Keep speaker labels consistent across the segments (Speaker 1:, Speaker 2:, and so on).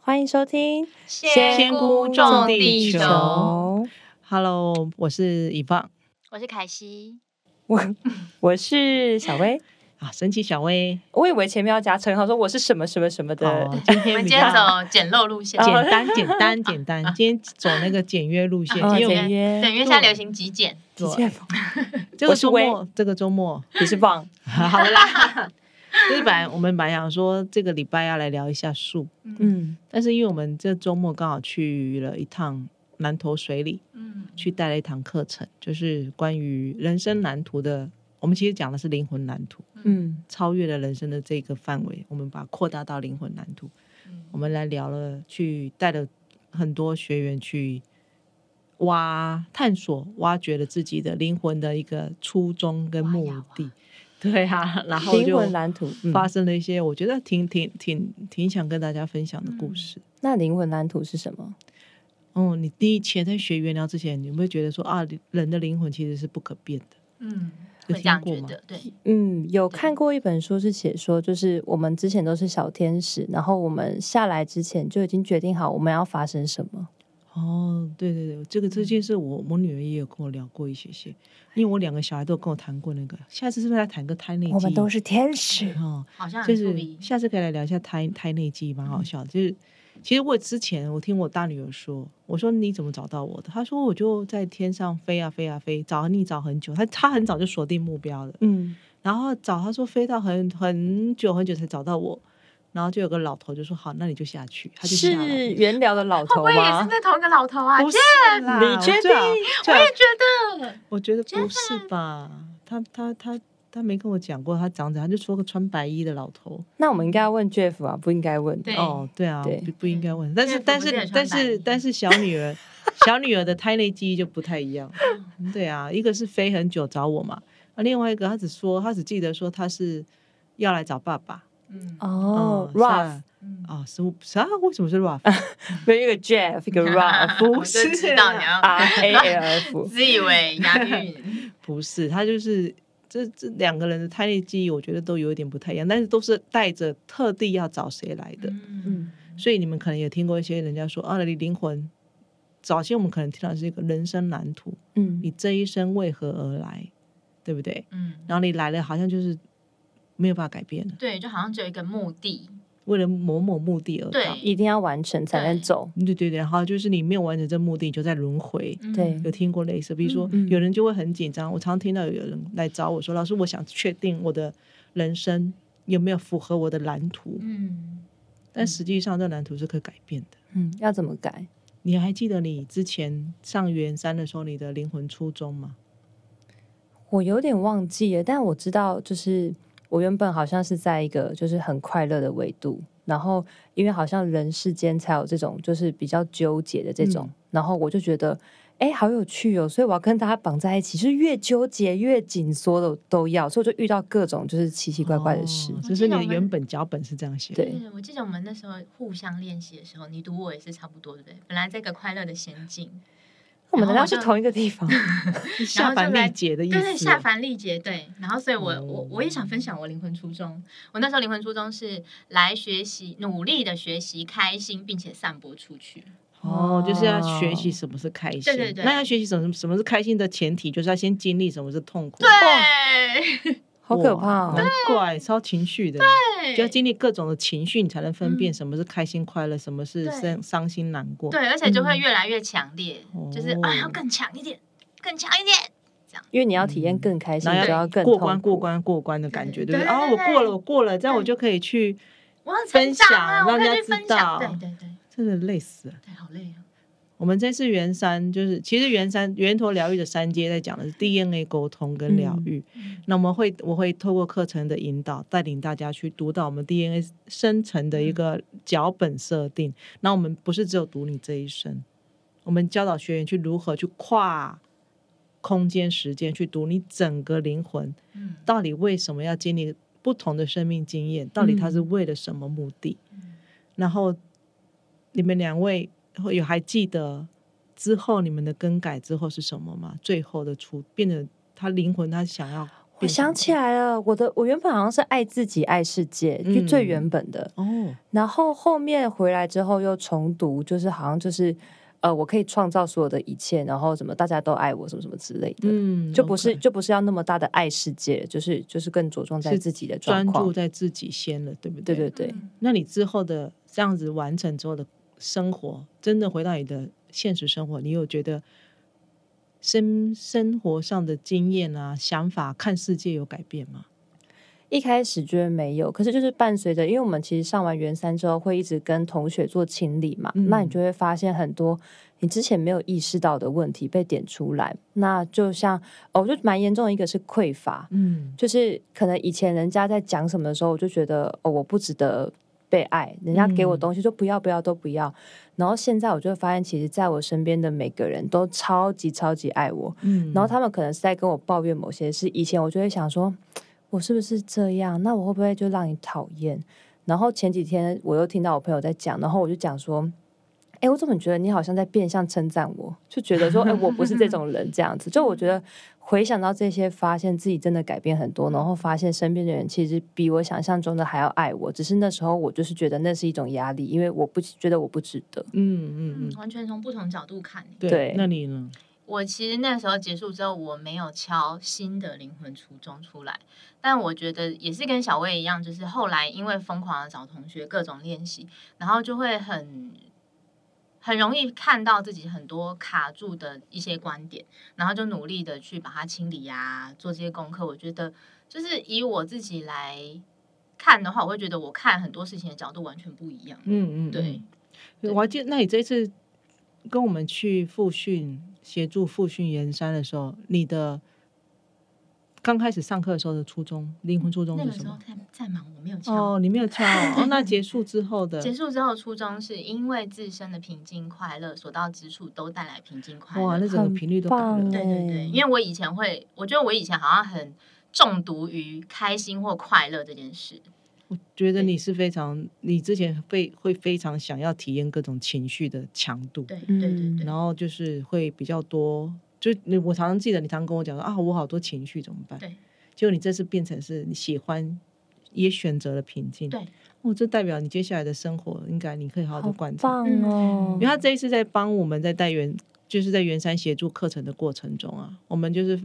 Speaker 1: 欢迎收听《
Speaker 2: 仙姑撞地球》。Hello，我是以放
Speaker 3: 我是凯西，
Speaker 1: 我我是小薇，
Speaker 2: 啊，神奇小薇。
Speaker 1: 我以为前面要加称号，说我是什么什么什么 的
Speaker 2: 哦，今
Speaker 3: 我
Speaker 2: 天
Speaker 3: 们
Speaker 2: 比
Speaker 3: 今天
Speaker 2: 较哦
Speaker 3: 走简陋路线，
Speaker 2: 简单，简单，简单。今天走那个简约路线，
Speaker 1: 哦
Speaker 2: 因为
Speaker 1: 简约
Speaker 3: 对，因为现在流行极简，
Speaker 1: 极
Speaker 2: 对
Speaker 1: 简，
Speaker 2: 这个
Speaker 1: 我是
Speaker 2: 周末，这个周 末
Speaker 1: 你是棒，
Speaker 2: 好啦。就是本来我们本来想说这个礼拜要来聊一下树，
Speaker 3: 嗯
Speaker 1: 嗯，
Speaker 2: 但是因为我们这周末刚好去了一趟南投水里，
Speaker 3: 嗯，
Speaker 2: 去带了一堂课程，就是关于人生蓝图的。我们其实讲的是灵魂蓝图，
Speaker 1: 嗯
Speaker 2: 超越了人生的这个范围，我们把它扩大到灵魂蓝图。我们来聊了，去带了很多学员去挖探索、挖掘了自己的灵魂的一个初衷跟目的。 对啊，然后
Speaker 1: 灵
Speaker 2: 就
Speaker 1: 魂蓝图。嗯
Speaker 2: 发生了一些我觉得挺挺挺挺想跟大家分享的故事。
Speaker 1: 那灵魂蓝图是什么？
Speaker 2: 嗯，你第一前在学原疗之前，你有没有觉得说啊，人的灵魂其实是不可变的？
Speaker 3: 嗯，
Speaker 2: 有
Speaker 3: 会这样
Speaker 2: 听
Speaker 3: 觉
Speaker 2: 过
Speaker 3: 得，对，
Speaker 1: 嗯，有看过一本书是写说，就是我们之前都是小天使，然后我们下来之前就已经决定好我们要发生什么。
Speaker 2: 哦，对对对，这个
Speaker 1: 嗯
Speaker 2: 这件事我我女儿也有跟我聊过一些些，因为我两个小孩都有跟我谈过那个，下次是不是来谈个胎内记忆？
Speaker 1: 我们都是天使。
Speaker 2: 哦，
Speaker 3: 好像
Speaker 2: 就
Speaker 3: 很
Speaker 2: 是
Speaker 3: 注意，
Speaker 2: 下次可以来聊一下胎胎内记忆，蛮
Speaker 1: 嗯
Speaker 2: 好笑的。就是其实我之前我听我大女儿说，我说你怎么找到我的？她说我就在天上飞啊飞啊飞，找你找很久，她她很早就锁定目标了，
Speaker 1: 嗯
Speaker 2: 然后找她说飞到很很久很久才找到我，然后就有个老头就说好，那你就下去，她就下来
Speaker 1: 是原疗的老 头
Speaker 3: 我也
Speaker 1: 吗
Speaker 3: 是？在同一个老头啊，
Speaker 2: 啊不是啦，
Speaker 1: 你确定
Speaker 2: 我
Speaker 3: 我
Speaker 2: 也
Speaker 3: 也觉得，
Speaker 2: 我觉得不是吧？他他他他没跟我讲过他长怎样，他就说个穿白衣的老头。
Speaker 1: 那我们应该要问 Jeff 啊，不应该问。
Speaker 3: 对嗯
Speaker 2: 哦，对啊，
Speaker 1: 对
Speaker 2: 不不应该问。但是
Speaker 3: 因为
Speaker 2: 但
Speaker 3: 我们
Speaker 2: 是
Speaker 3: 这
Speaker 2: 但
Speaker 3: 也穿白
Speaker 2: 是
Speaker 3: 衣
Speaker 2: 但是小 女儿小女儿的胎内记忆就不太一样。
Speaker 3: 嗯
Speaker 2: 对啊，一个是飞很久找我嘛，啊，另外一个她只说她只记得说她是要来找爸爸。
Speaker 3: 嗯
Speaker 1: 哦
Speaker 2: 嗯
Speaker 1: ，Ralph，
Speaker 3: 嗯
Speaker 2: 啊，是啥？为什么是 rough？
Speaker 1: 没有一个 Jeff，一个 Ralph，
Speaker 2: 不
Speaker 3: 我
Speaker 2: 啊
Speaker 3: 就是知道
Speaker 2: 啦
Speaker 3: 你
Speaker 1: R
Speaker 3: 要
Speaker 1: A L F。
Speaker 3: 自以为押 韵，嗯
Speaker 2: 不是，他就是这这两个人的胎内记忆，我觉得都有一点不太一样，但是都是带着特地要找谁来的。
Speaker 3: 嗯，
Speaker 2: 所以你们可能有听过一些人家说啊，你灵魂。早期我们可能听到的是一个人生蓝图，
Speaker 1: 嗯
Speaker 2: 你这一生为何而来，对不对？
Speaker 3: 嗯，
Speaker 2: 然后你来了，好像就是没有办法改变了，
Speaker 3: 对，就好像只有一个目的，
Speaker 2: 为了某某目的而到。
Speaker 3: 对
Speaker 1: 一定要完成才能走。
Speaker 2: 对对对，然后就是你没有完成这目的，你就在轮回。
Speaker 3: 嗯
Speaker 1: 对
Speaker 2: 有听过类似，比如说、
Speaker 1: 嗯嗯
Speaker 2: 有人就会很紧张，我常听到有人来找我说：“老师，我想确定我的人生有没有符合我的蓝图。
Speaker 3: 嗯，
Speaker 2: 但实际上，这蓝图是可以改变的。
Speaker 1: 嗯，要怎么改？
Speaker 2: 你还记得你之前上元山的时候，你的灵魂初衷吗？
Speaker 1: 我有点忘记了，但我知道，就是我原本好像是在一个就是很快乐的维度，然后因为好像人世间才有这种就是比较纠结的这种，
Speaker 2: 嗯
Speaker 1: 然后我就觉得。哎，好有趣哦！所以我要跟大家绑在一起，就是越纠结越紧缩的都要，所以我就遇到各种就是奇奇怪怪的事。
Speaker 2: 哦
Speaker 3: 我
Speaker 2: 就是
Speaker 3: 记
Speaker 2: 你
Speaker 3: 得
Speaker 2: 的
Speaker 3: 我们
Speaker 2: 原本脚本是这样写的。
Speaker 1: 对
Speaker 3: 对，我记得我们那时候互相练习的时候，你读我也是差不多，对不对？本来在一个快乐的仙境，
Speaker 1: 我们难
Speaker 3: 然后
Speaker 1: 道
Speaker 3: 我
Speaker 1: 是
Speaker 3: 就
Speaker 1: 同一个地方？
Speaker 2: 下凡历劫的意
Speaker 3: 对对，
Speaker 2: 思哦
Speaker 3: 下
Speaker 2: 啊。
Speaker 3: 凡历劫，对。然后，所以我、我我也想分享我灵魂初衷。我那时候灵魂初衷是来学习，努力的学习，开心，并且散播出去。
Speaker 2: 哦，就是要学习什么是开心。
Speaker 3: 对对对
Speaker 2: 那要学习什么什么是开心的前提，就是要先经历什么是痛苦。
Speaker 3: 对
Speaker 1: 哦好可怕
Speaker 2: 哇
Speaker 1: 哦！
Speaker 2: 难怪超情绪的，就
Speaker 3: 对
Speaker 2: 要经历各种的情绪，你才能分辨
Speaker 3: 嗯
Speaker 2: 什么是开心快乐，什么是
Speaker 3: 对
Speaker 2: 伤伤心难过。
Speaker 3: 对，而且就会越来越强烈，
Speaker 2: 嗯
Speaker 3: 就是
Speaker 2: 哦
Speaker 3: 啊，要更强一点，更强一点。
Speaker 1: 因为你要体验更开心，
Speaker 2: 嗯然后
Speaker 1: 就要更
Speaker 2: 过
Speaker 1: 痛
Speaker 2: 关
Speaker 1: 苦
Speaker 2: 过。关过关的感觉，
Speaker 3: 对
Speaker 2: 对不对？
Speaker 3: 对
Speaker 2: 哦，
Speaker 3: 对
Speaker 2: 我
Speaker 3: 对嗯
Speaker 2: 过了，我过了，这样我
Speaker 3: 对
Speaker 2: 就可以去，
Speaker 3: 我要成长啊，
Speaker 2: 分享
Speaker 3: 我可
Speaker 2: 让
Speaker 3: 以
Speaker 2: 人
Speaker 3: 去
Speaker 2: 家
Speaker 3: 分
Speaker 2: 知道
Speaker 3: 享。对对对
Speaker 2: 真的累死了。
Speaker 3: 对，好累啊。
Speaker 2: 我们这次圆山就是，其实圆山源头疗愈的三阶在讲的是 DNA 沟通跟疗愈。
Speaker 3: 嗯
Speaker 2: 那我们会我会透过课程的引导，带领大家去读到我们 DNA 生成
Speaker 3: 嗯
Speaker 2: 的一个脚本设定。那我们不是只有读你这一生，我们教导学员去如何去跨空间、时间去读你整个灵魂，
Speaker 3: 嗯
Speaker 2: 到底为什么要经历不同的生命经验？到底它是为了什么目的？
Speaker 3: 嗯
Speaker 2: 然后你们两位会有还记得之后你们的更改之后是什么吗？最后的出变得他灵魂他想要
Speaker 1: 我想起来了，我的我原本好像是爱自己爱世界，就最
Speaker 2: 嗯
Speaker 1: 原本的。
Speaker 2: 哦，
Speaker 1: 然后后面回来之后又重读，就是好像就是呃，我可以创造所有的一切，然后什么大家都爱我，什么什么之类的。
Speaker 2: 嗯，
Speaker 1: 就不是
Speaker 2: OK
Speaker 1: 就不是要那么大的爱世界，就是就是更着重在
Speaker 2: 是
Speaker 1: 自己的状
Speaker 2: 专注
Speaker 1: 况。
Speaker 2: 在自己先了，对不
Speaker 1: 对
Speaker 2: 对？嗯
Speaker 1: 对对，
Speaker 2: 那你之后的这样子完成之后的生活，真的回到你的现实生活，你有觉得生生活上的经验啊、想法、看世界有改变吗？
Speaker 1: 一开始觉得没有，可是就是伴随着，因为我们其实上完元三之后会一直跟同学做清理嘛，那你
Speaker 2: 嗯
Speaker 1: 就会发现很多你之前没有意识到的问题被点出来。那就像哦，我就蛮严重的一个是匮乏，
Speaker 2: 嗯，
Speaker 1: 就是可能以前人家在讲什么的时候，我就觉得哦，我不值得被爱，人家给我
Speaker 2: 嗯
Speaker 1: 东西就不要不要都不要。然后现在我就会发现，其实在我身边的每个人都超级超级爱我，
Speaker 2: 嗯
Speaker 1: 然后他们可能是在跟我抱怨某些事，以前我就会想说，我是不是这样？那我会不会就让你讨厌？然后前几天我又听到我朋友在讲，然后我就讲说，哎，我怎么觉得你好像在变相称赞我？就觉 得说，哎，我不是这种人这样子。就我觉得回想到这些，发现自己真的改变很多，然后发现身边的人其实比我想象中的还要爱我，只是那时候我就是觉得那是一种压力，因为我不觉得我不值得。
Speaker 2: 嗯嗯
Speaker 3: 嗯，
Speaker 2: 嗯，
Speaker 3: 完全从不同角度看欸。
Speaker 1: 对
Speaker 2: 对，那你呢？
Speaker 3: 我其实那时候结束之后，我没有敲新的灵魂初衷出来，但我觉得也是跟小薇一样，就是后来因为疯狂的找同学各种练习，然后就会很很容易看到自己很多卡住的一些观点，然后就努力的去把它清理啊，做这些功课。我觉得就是以我自己来看的话，我会觉得我看很多事情的角度完全不一样。
Speaker 2: 嗯嗯，
Speaker 3: 对，
Speaker 2: 嗯。我还记得，那你这次跟我们去复训，协助复训研山的时候，你的刚开始上课的时候的初衷，灵魂初衷
Speaker 3: 那
Speaker 2: 是
Speaker 3: 个
Speaker 2: 什
Speaker 3: 时候
Speaker 2: 么？
Speaker 3: 太太忙，我没有敲。
Speaker 2: 嗯哦，你没有敲哦。 哦那结束之后的，
Speaker 3: 结束之后，初衷是因为自身的平静快乐，所到之处都带来平静快乐。
Speaker 2: 哇，那整个频率都改
Speaker 1: 很
Speaker 2: 了
Speaker 1: 棒。
Speaker 3: 对对对，因为我以前会，我觉得我以前好像很中毒于开心或快乐这件事。
Speaker 2: 我觉得你是非常，你之前会会非常想要体验各种情绪的强度，
Speaker 3: 对对对对
Speaker 2: 嗯然后就是会比较多。就你我常常记得你常跟我讲说啊，我好多情绪怎么办？
Speaker 3: 对，
Speaker 2: 结果你这次变成是你喜欢，也选择了平静。
Speaker 3: 对，
Speaker 2: 哦，这代表你接下来的生活应该你可以好好的
Speaker 1: 好
Speaker 2: 观察。
Speaker 1: 棒
Speaker 3: 嗯
Speaker 1: 哦
Speaker 2: 因为！他这一次在帮我们在带原，就是在圆山协助课程的过程中啊，我们就是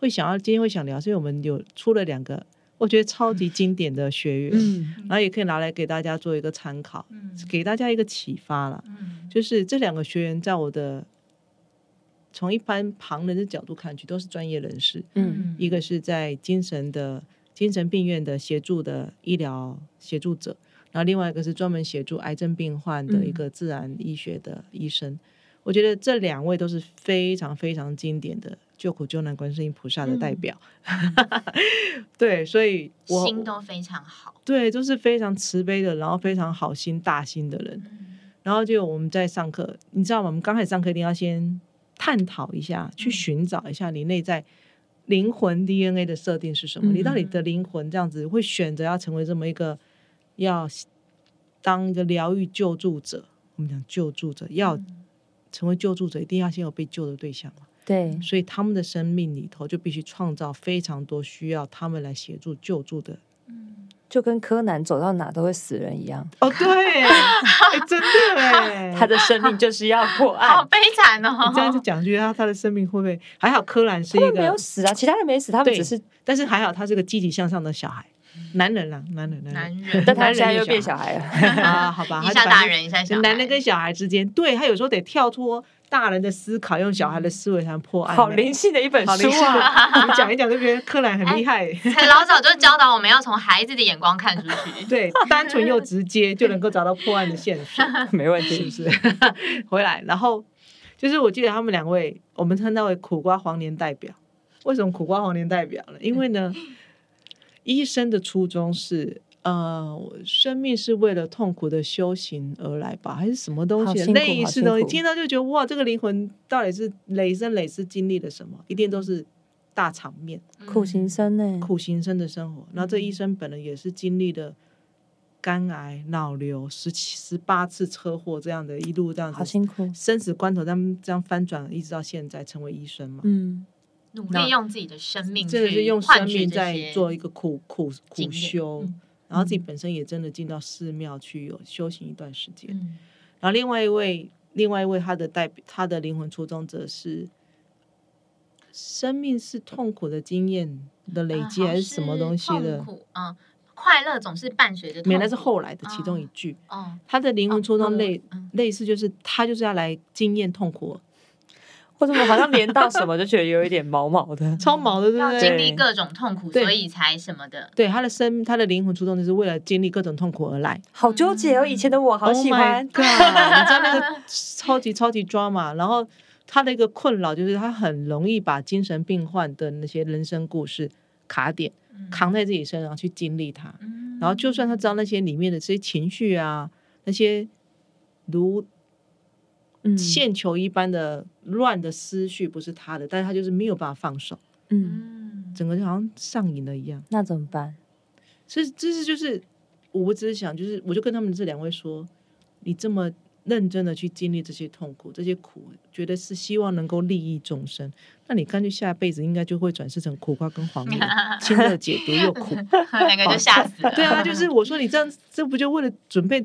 Speaker 2: 会想要今天会想聊，所以我们有出了两个我觉得超级经典的学员，
Speaker 1: 嗯，
Speaker 2: 然后也可以拿来给大家做一个参考，
Speaker 3: 嗯
Speaker 2: 给大家一个启发啦。
Speaker 3: 嗯，
Speaker 2: 就是这两个学员在我的从一般旁人的角度看去，都是专业人士，
Speaker 1: 嗯
Speaker 2: 一个是在精神的精神病院的协助的医疗协助者，然后另外一个是专门协助癌症病患的一
Speaker 1: 嗯
Speaker 2: 个自然医学的医生。我觉得这两位都是非常非常经典的救苦救难观世音菩萨的代
Speaker 3: 嗯
Speaker 2: 表。 对，所以我
Speaker 3: 心都非常好。
Speaker 2: 对都是非常慈悲的，然后非常好心大心的人。
Speaker 3: 嗯
Speaker 2: 然后就我们在上课，你知道吗？我们刚开始上课一定要先探讨一下，
Speaker 3: 嗯
Speaker 2: 去寻找一下你内在灵魂 DNA 的设定是什么。你到底的灵魂这样子会选择要成为这么一个，要当一个疗愈救助者。我们讲救助者，要
Speaker 3: 嗯
Speaker 2: 成为救助者，一定要先有被救的对象嘛。
Speaker 1: 对，
Speaker 2: 所以他们的生命里头就必须创造非常多需要他们来协助救助的。
Speaker 3: 嗯
Speaker 1: 就跟柯南走到哪都会死人一样，
Speaker 2: 哦，对， 哎真的哎，
Speaker 1: 他的生命就是要 破
Speaker 3: 好
Speaker 1: 案。
Speaker 3: 悲惨
Speaker 2: 你这样子
Speaker 3: 哦！
Speaker 2: 讲，觉得他他的生命会不会还好？柯南是
Speaker 1: 他
Speaker 2: 一
Speaker 1: 们没有
Speaker 2: 个，
Speaker 1: 死啊，其他人没死，他们
Speaker 2: 对
Speaker 1: 只是，
Speaker 2: 但是还好他是个积极向上的小孩，男人啦，男人，
Speaker 3: 男
Speaker 2: 人
Speaker 3: 人，
Speaker 1: 但他
Speaker 2: 男人
Speaker 1: 现在
Speaker 2: 也
Speaker 1: 又
Speaker 2: 小
Speaker 1: 变
Speaker 2: 孩
Speaker 1: 小孩了。
Speaker 2: 啊，好吧，
Speaker 3: 一
Speaker 2: 他
Speaker 3: 下
Speaker 2: 反
Speaker 3: 大
Speaker 2: 正
Speaker 3: 人，一下小孩，
Speaker 2: 男人跟小孩之间，对他有时候得跳脱大人的思考，用小孩
Speaker 3: 嗯
Speaker 2: 的思维才能 破案。
Speaker 1: 好灵性的一本
Speaker 2: 好
Speaker 1: 书
Speaker 2: 灵性
Speaker 1: 啊！
Speaker 2: 的，你讲一讲就觉得柯南很厉害，
Speaker 3: 才老早就教导我们要从孩子的眼光看出 去。嗯
Speaker 2: 对，单纯又直接就能够找到破案的线 索。
Speaker 1: 没问
Speaker 2: 是不
Speaker 1: 题，
Speaker 2: 是？ 回来，然后就是我记得他们两位，我们称他为苦瓜黄连代表。为什么苦瓜黄连代表呢？因为呢，医生的初衷是。呃，我生命是为了痛苦的修行而来吧，还是什么东
Speaker 1: 好
Speaker 2: 西？啊
Speaker 1: 辛苦
Speaker 2: 类似的东西，
Speaker 1: 好辛苦
Speaker 2: 听到就觉得哇，这个灵魂到底是累生累世经历了什么？一定都是大场面。
Speaker 1: 苦行僧呢？
Speaker 2: 苦行僧的生活。然后这医生本人也是经历了肝癌、脑瘤、十七、十八次车祸这样的，一路这样
Speaker 1: 好
Speaker 2: 子
Speaker 1: 辛苦。
Speaker 2: 生死关头，他们这样翻转，一直到现在成为医生嘛。
Speaker 1: 嗯，
Speaker 3: 努
Speaker 2: 那
Speaker 3: 力用自己的生命
Speaker 2: 真的是
Speaker 3: 嗯去
Speaker 2: 用
Speaker 3: 换
Speaker 2: 生
Speaker 3: 取
Speaker 2: 命
Speaker 3: 这
Speaker 2: 在
Speaker 3: 些
Speaker 2: 做一个苦苦
Speaker 3: 经验
Speaker 2: 苦修，
Speaker 3: 嗯
Speaker 2: 然后自己本身也真的进到寺庙去有修行一段时间。
Speaker 3: 嗯
Speaker 2: 然后另外一位，另外一位他的代表，他的灵魂出宗者是，生命是痛苦的经验的累积，
Speaker 3: 啊好
Speaker 2: 还是什么
Speaker 3: 是
Speaker 2: 东西的
Speaker 3: 痛？苦嗯，快乐总是伴随着痛
Speaker 2: 没
Speaker 3: 苦。
Speaker 2: 有，那是后来的其中一
Speaker 3: 啊
Speaker 2: 句。
Speaker 3: 哦，
Speaker 2: 他的灵魂出
Speaker 3: 哦
Speaker 2: 宗
Speaker 3: 嗯
Speaker 2: 类、
Speaker 3: 嗯
Speaker 2: 类似就是他就是要来经验痛苦，
Speaker 1: 或者我好像连到什么就觉得有一点毛毛的
Speaker 2: ，超毛的，对不
Speaker 3: 要经
Speaker 2: 对？
Speaker 3: 历各种痛苦，
Speaker 2: 对
Speaker 3: 所以才什么的。
Speaker 2: 对，他的生，他的灵魂出宗就是为了经历各种痛苦而来。
Speaker 1: 好纠结哦。以前的我好喜欢
Speaker 2: Oh my God，你知道那个超级超级 drama，然后他的一个困扰就是他很容易把精神病患的那些人生故事卡点
Speaker 3: 嗯
Speaker 2: 扛在自己身上去经历它，
Speaker 3: 嗯
Speaker 2: 然后就算他知道那些里面的这些情绪啊，那些如
Speaker 1: 嗯
Speaker 2: 线球一般的乱的思绪不是他的，但是他就是没有办法放手，
Speaker 1: 嗯，
Speaker 3: 嗯
Speaker 2: 整个就好像上瘾了一样。
Speaker 1: 那怎么办？
Speaker 2: 所以这是就是，我只是想，就是我就跟他们这两位说，你这么认真的去经历这些痛苦，这些苦，觉得是希望能够利益众生，那你干脆下辈子应该就会转世成苦瓜跟黄 连，清热解毒又苦。
Speaker 3: 两个就吓死了。
Speaker 2: 嗯对啊，就是我说你这样，这不就为了准备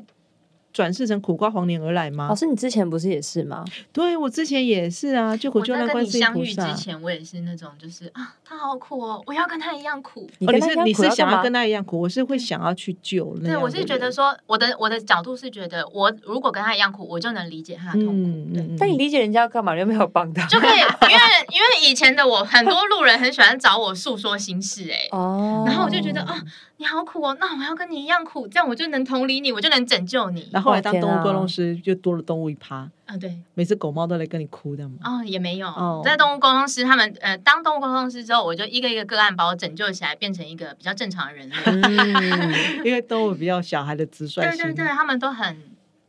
Speaker 2: 转世成苦瓜黄连而来
Speaker 1: 老
Speaker 2: 吗？
Speaker 1: 师，你之前不是也是吗？
Speaker 2: 对我之前也是啊，救苦
Speaker 3: 我
Speaker 2: 救
Speaker 3: 在
Speaker 2: 难
Speaker 3: 跟
Speaker 2: 观
Speaker 3: 你
Speaker 2: 世音
Speaker 3: 相
Speaker 2: 菩
Speaker 3: 遇之
Speaker 2: 萨。
Speaker 3: 前，我也是那种，就是啊，他好苦哦，我要跟他一样苦。
Speaker 1: 你
Speaker 2: 哦，
Speaker 1: 跟
Speaker 2: 你
Speaker 1: 他
Speaker 2: 是你
Speaker 1: 一样苦
Speaker 2: 是想
Speaker 1: 干
Speaker 2: 要
Speaker 1: 嘛
Speaker 2: 跟他一样苦，我是会想要去救那
Speaker 3: 对，
Speaker 2: 样
Speaker 3: 我
Speaker 2: 的
Speaker 3: 是觉得
Speaker 2: 人
Speaker 3: 说，我的我的角度是觉得，我如果跟他一样苦，我就能理解他的痛苦，
Speaker 2: 嗯嗯，
Speaker 1: 但你
Speaker 2: 嗯
Speaker 1: 理解人家要干嘛，你又没有帮他
Speaker 3: 就可以。因为因为以前的我，很多路人很喜欢找我诉说心事、哎、
Speaker 1: 哦
Speaker 3: 然后我就觉得啊，你好苦哦，那我要跟你一样苦，这样我就能同理你，我就能拯救你。
Speaker 2: 然后后来当
Speaker 1: 哇天
Speaker 2: 动物
Speaker 1: 啊
Speaker 2: 沟通师，就多了动物一趴。
Speaker 3: 啊，对，
Speaker 2: 每次狗猫都来跟你哭的嘛。
Speaker 3: 哦，也没有，
Speaker 2: 哦
Speaker 3: 在动物沟通师他们呃，当动物沟通师之后，我就一个一个个案把我拯救起来，变成一个比较正常的人类。
Speaker 1: 嗯
Speaker 2: 因为动物比较小孩的直率
Speaker 3: 对
Speaker 2: 心，
Speaker 3: 对对，他们都很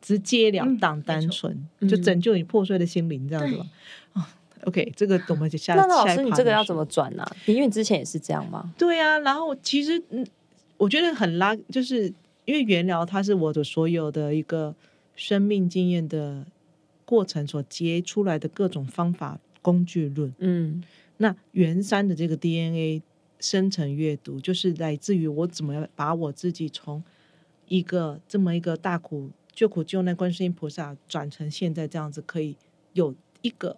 Speaker 2: 直截了当、
Speaker 3: 嗯
Speaker 2: 单纯，
Speaker 1: 没错
Speaker 2: 就拯救你破碎的心灵，这样子吧。哦 OK，这个我们就下
Speaker 1: 那那老
Speaker 2: 下一
Speaker 1: 师，你
Speaker 2: 趴
Speaker 1: 这个
Speaker 2: 再
Speaker 1: 要
Speaker 2: 说
Speaker 1: 怎么转呢、啊？你因为你之前也是这样吗？
Speaker 2: 对啊，然后其实嗯，我觉得很拉，就是因为原疗它是我的所有的一个生命经验的过程所结出来的各种方法工具论。
Speaker 1: 嗯
Speaker 2: 那元山的这个 DNA 深层阅读，就是来自于我怎么样把我自己从一个这么一个大苦救苦救难观世音菩萨，转成现在这样子，可以有一个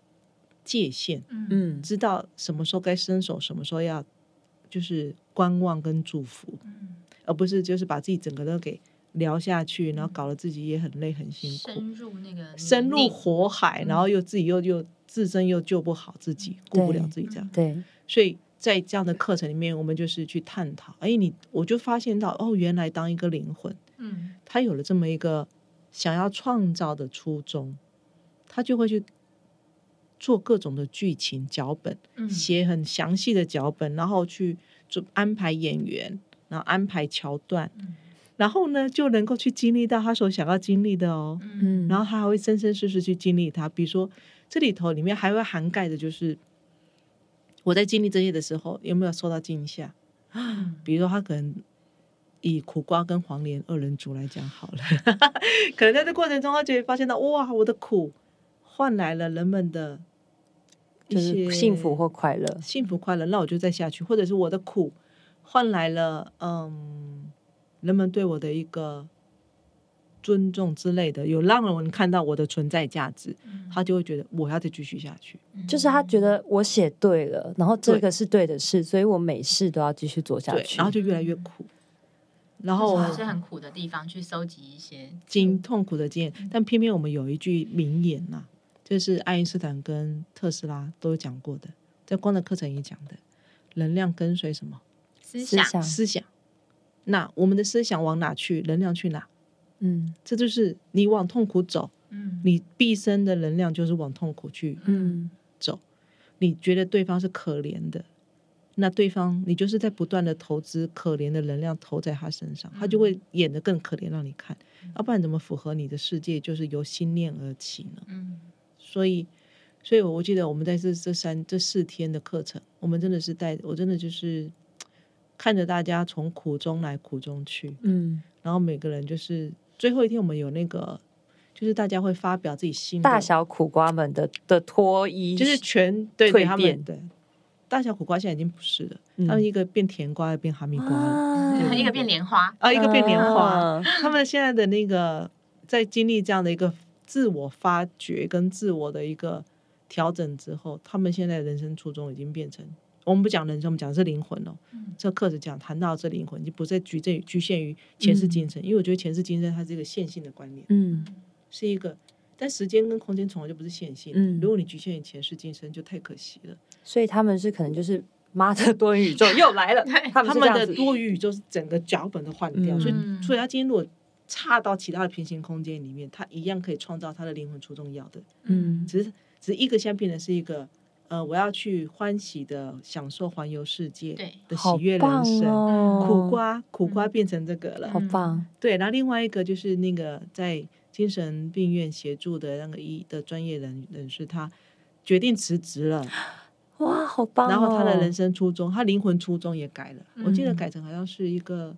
Speaker 2: 界限，
Speaker 3: 嗯
Speaker 1: 嗯
Speaker 2: 知道什么时候该伸手，什么时候要就是观望跟祝福，
Speaker 3: 嗯
Speaker 2: 而不是就是把自己整个都给聊下去，然后搞得自己也很累很辛苦。
Speaker 3: 深入那个
Speaker 2: 深入
Speaker 3: 泥
Speaker 2: 火海，
Speaker 3: 嗯
Speaker 2: 然后又自己又又自身又救不好自己，顾不了
Speaker 1: 对
Speaker 2: 自己这样
Speaker 3: 嗯。
Speaker 1: 对，
Speaker 2: 所以在这样的课程里面，我们就是去探讨，哎，你我就发现到，哦，原来当一个灵魂，
Speaker 3: 嗯
Speaker 2: 他有了这么一个想要创造的初衷，他就会去做各种的剧情脚本，
Speaker 3: 嗯
Speaker 2: 写很详细的脚本，然后去做安排演员，然后安排桥段，
Speaker 3: 嗯
Speaker 2: 然后呢就能够去经历到他所想要经历的哦。
Speaker 3: 嗯
Speaker 1: 嗯，
Speaker 2: 然后他还会生生世世去经历它。比如说，这里头里面还会涵盖的就是我在经历这些的时候，有没有受到惊吓？
Speaker 3: 嗯
Speaker 2: 比如说，他可能以苦瓜跟黄连二人组来讲好了， 可能在这过程中，他就会发现到，哇，我的苦换来了人们的一
Speaker 1: 就是
Speaker 2: 些
Speaker 1: 幸福或快乐。
Speaker 2: 幸福快乐，那我就再下去，或者是我的苦换来了嗯人们对我的一个尊重之类的，有让人看到我的存在价值，
Speaker 3: 嗯
Speaker 2: 他就会觉得我要再继续下去。
Speaker 1: 就是他觉得我写对了，然后这
Speaker 2: 对
Speaker 1: 个是对的事，所以我每事都要继续做下
Speaker 2: 对，
Speaker 1: 去。
Speaker 2: 然后就越来越苦，然
Speaker 3: 就是
Speaker 2: 后
Speaker 3: 还是很苦的地方去收集一些
Speaker 2: 经痛苦的经验。但偏偏我们有一句名言呐、就是爱因斯坦跟特斯拉都有讲过的，在光的课程也讲的，能量跟随什么
Speaker 3: 思
Speaker 1: 思
Speaker 3: 想，
Speaker 1: 想，
Speaker 2: 思想？那我们的思想往哪去，能量去哪？
Speaker 1: 嗯
Speaker 2: 这就是你往痛苦走，
Speaker 3: 嗯
Speaker 2: 你毕生的能量就是往痛苦去
Speaker 1: 嗯
Speaker 2: 走。你觉得对方是可怜的，那对方你就是在不断的投资可怜的能量投在他身上，他就会演得更可怜让你看，要不然怎么符合你的世界就是由心念而起呢？
Speaker 3: 嗯
Speaker 2: 所以，所以我记得我们在这这三这四天的课程，我们真的是带我真的就是看着大家从苦中来苦中去，
Speaker 1: 嗯，
Speaker 2: 然后每个人就是最后一天，我们有那个，就是大家会发表自己心
Speaker 1: 大
Speaker 2: 的，
Speaker 1: 小苦瓜们的的脱衣，
Speaker 2: 就是全对对
Speaker 1: 蜕
Speaker 2: 他
Speaker 1: 变
Speaker 2: 们对大小苦瓜现在已经不是了，
Speaker 4: 嗯
Speaker 2: 他呃们一个变甜瓜，变哈密瓜了，
Speaker 4: 啊
Speaker 3: 一个变莲花，
Speaker 2: 啊，一个变莲花。
Speaker 4: 啊
Speaker 2: 他们现在的那个在经历这样的一个自我发掘跟自我的一个调整之后，他们现在人生初衷已经变成，我们不讲人生，我们讲的是灵魂哦。
Speaker 3: 嗯
Speaker 2: 这课是讲谈到这灵魂，就不再局限局限于前世今生，因为我觉得前世今生它是一个线性的观念，
Speaker 4: 嗯
Speaker 2: 是一个。但时间跟空间从来就不是线性的。
Speaker 4: 嗯
Speaker 2: 如果你局限于前世今生，就太可惜了。
Speaker 1: 所以他们是可能就是妈的多元宇宙又来 了，哎他们是
Speaker 2: 他
Speaker 1: 这
Speaker 2: 们
Speaker 1: 样
Speaker 2: 的
Speaker 1: 子，
Speaker 2: 多余宇宙是整个脚本都换掉，
Speaker 4: 嗯
Speaker 2: 所以
Speaker 3: 嗯
Speaker 2: 所以他今天如果差到其他的平行空间里面，他一样可以创造他的灵魂初衷要的。
Speaker 4: 嗯
Speaker 2: 只是只是一个现在变成是一个，呃，我要去欢喜的享受环游世界
Speaker 3: 对
Speaker 2: 的
Speaker 1: 好
Speaker 2: 喜悦人
Speaker 1: 棒
Speaker 2: 生。
Speaker 1: 哦，
Speaker 2: 苦，瓜，苦瓜变成这个了。
Speaker 1: 好棒，
Speaker 2: 对，然后另外一个就是那个在精神病院协助的那个医的专业人人士，他决定辞职了，
Speaker 1: 哇，好棒哦！
Speaker 2: 嗯然后他的人生初衷，他灵魂初衷也改了。我记得
Speaker 4: 嗯
Speaker 2: 改成好像是一个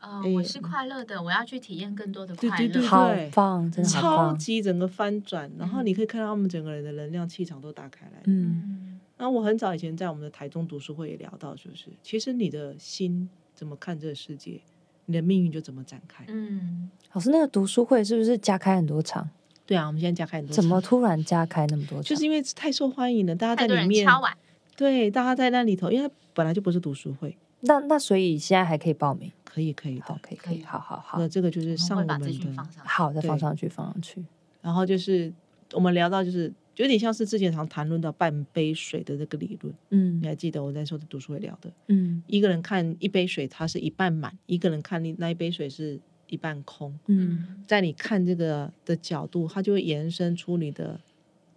Speaker 3: 呃，
Speaker 2: 哎
Speaker 3: 我是快乐的，我要去体验更多的快
Speaker 2: 对对对
Speaker 3: 乐。
Speaker 1: 好
Speaker 2: 对
Speaker 1: 棒，真的好
Speaker 2: 超
Speaker 1: 棒，
Speaker 2: 级整个翻转，然后
Speaker 3: 嗯
Speaker 2: 你可以看到他们整个人的能量气场都打开来。
Speaker 4: 嗯
Speaker 3: 嗯
Speaker 2: 那我很早以前在我们的台中读书会也聊到，就是其实你的心怎么看这个世界，你的命运就怎么展开。
Speaker 3: 嗯，
Speaker 1: 老师，那个读书会是不是加开很多场？
Speaker 2: 对啊，我们现在加开很多
Speaker 1: 怎么
Speaker 2: 场
Speaker 1: 突然加开那么多场？
Speaker 2: 就是因为太受欢迎了，大家
Speaker 3: 太
Speaker 2: 在
Speaker 3: 多
Speaker 2: 里
Speaker 3: 人
Speaker 2: 面，
Speaker 3: 敲碗，
Speaker 2: 对，大家在那里头，因为它本来就不是读书会，
Speaker 1: 那那所以现在还可以报名，
Speaker 2: 可以可以
Speaker 1: 好
Speaker 2: 的，。
Speaker 1: 可以可
Speaker 3: 可以
Speaker 1: 以，好好好
Speaker 2: 那这个就
Speaker 3: 我
Speaker 2: 是
Speaker 3: 们
Speaker 2: 上
Speaker 3: 会
Speaker 2: 我
Speaker 3: 把
Speaker 2: 们
Speaker 3: 资
Speaker 2: 的，
Speaker 3: 讯放上。
Speaker 1: 好，再放
Speaker 2: 对
Speaker 1: 上去放上去，
Speaker 2: 然后就是我们聊到就是有点像是之前常谈论到半杯水的这个理论，你
Speaker 4: 嗯
Speaker 2: 还记得我那时候的读书会聊的，
Speaker 4: 嗯
Speaker 2: 一个人看一杯水，它是一半满；一个人看另那一杯水是一半空。
Speaker 4: 嗯
Speaker 2: 在你看这个的角度，它就会延伸出你的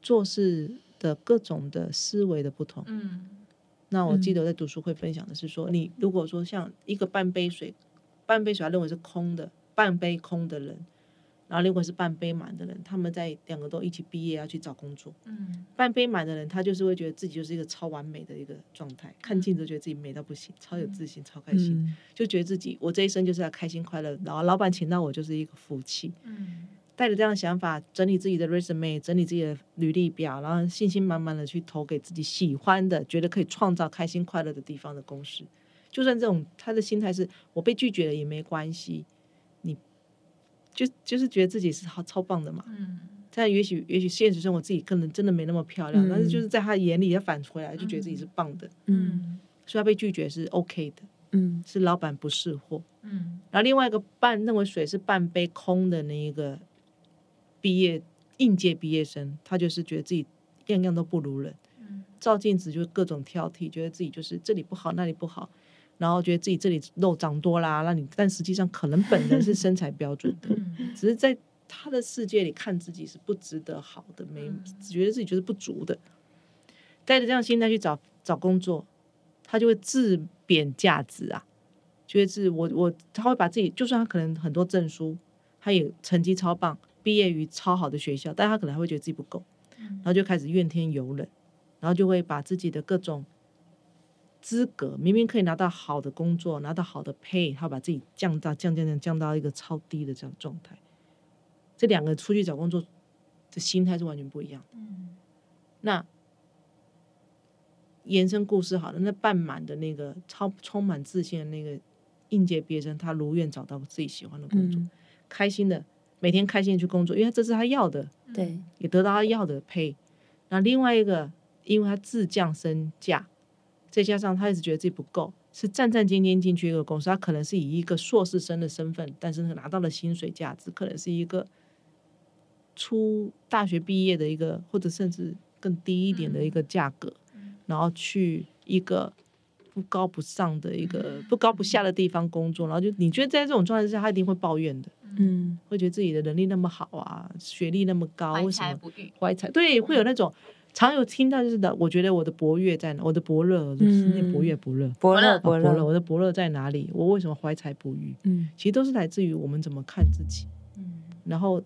Speaker 2: 做事的各种的思维的不同。
Speaker 3: 嗯
Speaker 2: 那我
Speaker 4: 嗯
Speaker 2: 记得我在读书会分享的是说，你如果说像一个半杯水，半杯水他认为是空的，半杯空的人，然后另外是半杯满的人，他们在两个都一起毕业要去找工作。
Speaker 3: 嗯
Speaker 2: 半杯满的人，他就是会觉得自己就是一个超完美的一个状态，看镜子觉得自己美到不行，超有自信，超开心。
Speaker 4: 嗯
Speaker 2: 就觉得自己我这一生就是要开心快乐，然后老板请到我就是一个福气。
Speaker 3: 嗯
Speaker 2: 带着这样的想法，整理自己的 resume，整理自己的履历表，然后信心满满的去投给自己喜欢的、觉得可以创造开心快乐的地方的公司。就算这种他的心态是我被拒绝了也没关系，你就就是觉得自己是好超棒的嘛。
Speaker 3: 嗯，
Speaker 2: 但也许也许现实生活自己可能真的没那么漂
Speaker 4: 嗯
Speaker 2: 亮，但是就是在他眼里他反回来就觉得自己是棒的，
Speaker 4: 嗯
Speaker 3: 嗯
Speaker 2: 所以他被拒绝是 OK 的，
Speaker 4: 嗯
Speaker 2: 是老板不识货。
Speaker 3: 嗯
Speaker 2: 然后另外一个半认为水是半杯空的那一个毕业应届毕业生，他就是觉得自己样样都不如人，
Speaker 3: 嗯
Speaker 2: 照镜子就各种挑剔，觉得自己就是这里不好那里不好，然后觉得自己这里肉长多啦，那你但实际上可能本人是身材标准的，
Speaker 3: 嗯
Speaker 2: 只是在他的世界里看自己是不值得好的，没
Speaker 3: 嗯
Speaker 2: 觉得自己就是不足的，带着这样心态去找找工作，他就会自贬价值啊，觉得是我我他会把自己，就算他可能很多证书，他也成绩超棒，毕业于超好的学校，但他可能还会觉得自己不够，
Speaker 3: 嗯
Speaker 2: 然后就开始怨天尤人，然后就会把自己的各种。资格明明可以拿到好的工作，拿到好的 pay，他把自己降到降降降降到一个超低的这样状态。这两个出去找工作的心态是完全不一样的。
Speaker 3: 嗯
Speaker 2: 那延伸故事好了，那半满的那个超充满自信的那个应届毕业生，他如愿找到自己喜欢的工作，
Speaker 4: 嗯
Speaker 2: 开心的每天开心的去工作，因为这是他要的，
Speaker 1: 对，
Speaker 2: 也得到他要的配。那另外一个，因为他自降身价，再加上他一直觉得自己不够，是战战兢兢进去一个公司，他可能是以一个硕士生的身份，但是拿到的薪水价值可能是一个初大学毕业的一个，或者甚至更低一点的一个价格，
Speaker 3: 嗯
Speaker 2: 然后去一个。不高不上的一个 不高不下的地方工作，然后就你觉得在这种状态下，他一定会抱怨的，
Speaker 4: 嗯
Speaker 2: 会觉得自己的能力那么好啊，学历那么高，
Speaker 3: 怀
Speaker 2: 为什么
Speaker 3: 才不遇，
Speaker 2: 怀才，对，会有那种常有听到就是的，我觉得我的伯乐在哪，我的伯乐，就是那伯乐伯乐，啊
Speaker 1: 伯乐
Speaker 3: 乐
Speaker 1: 伯
Speaker 2: 伯乐，
Speaker 1: 乐，
Speaker 2: 我的伯乐在哪里？我为什么怀才不遇？
Speaker 4: 嗯
Speaker 2: 其实都是来自于我们怎么看自己。
Speaker 3: 嗯
Speaker 2: 然后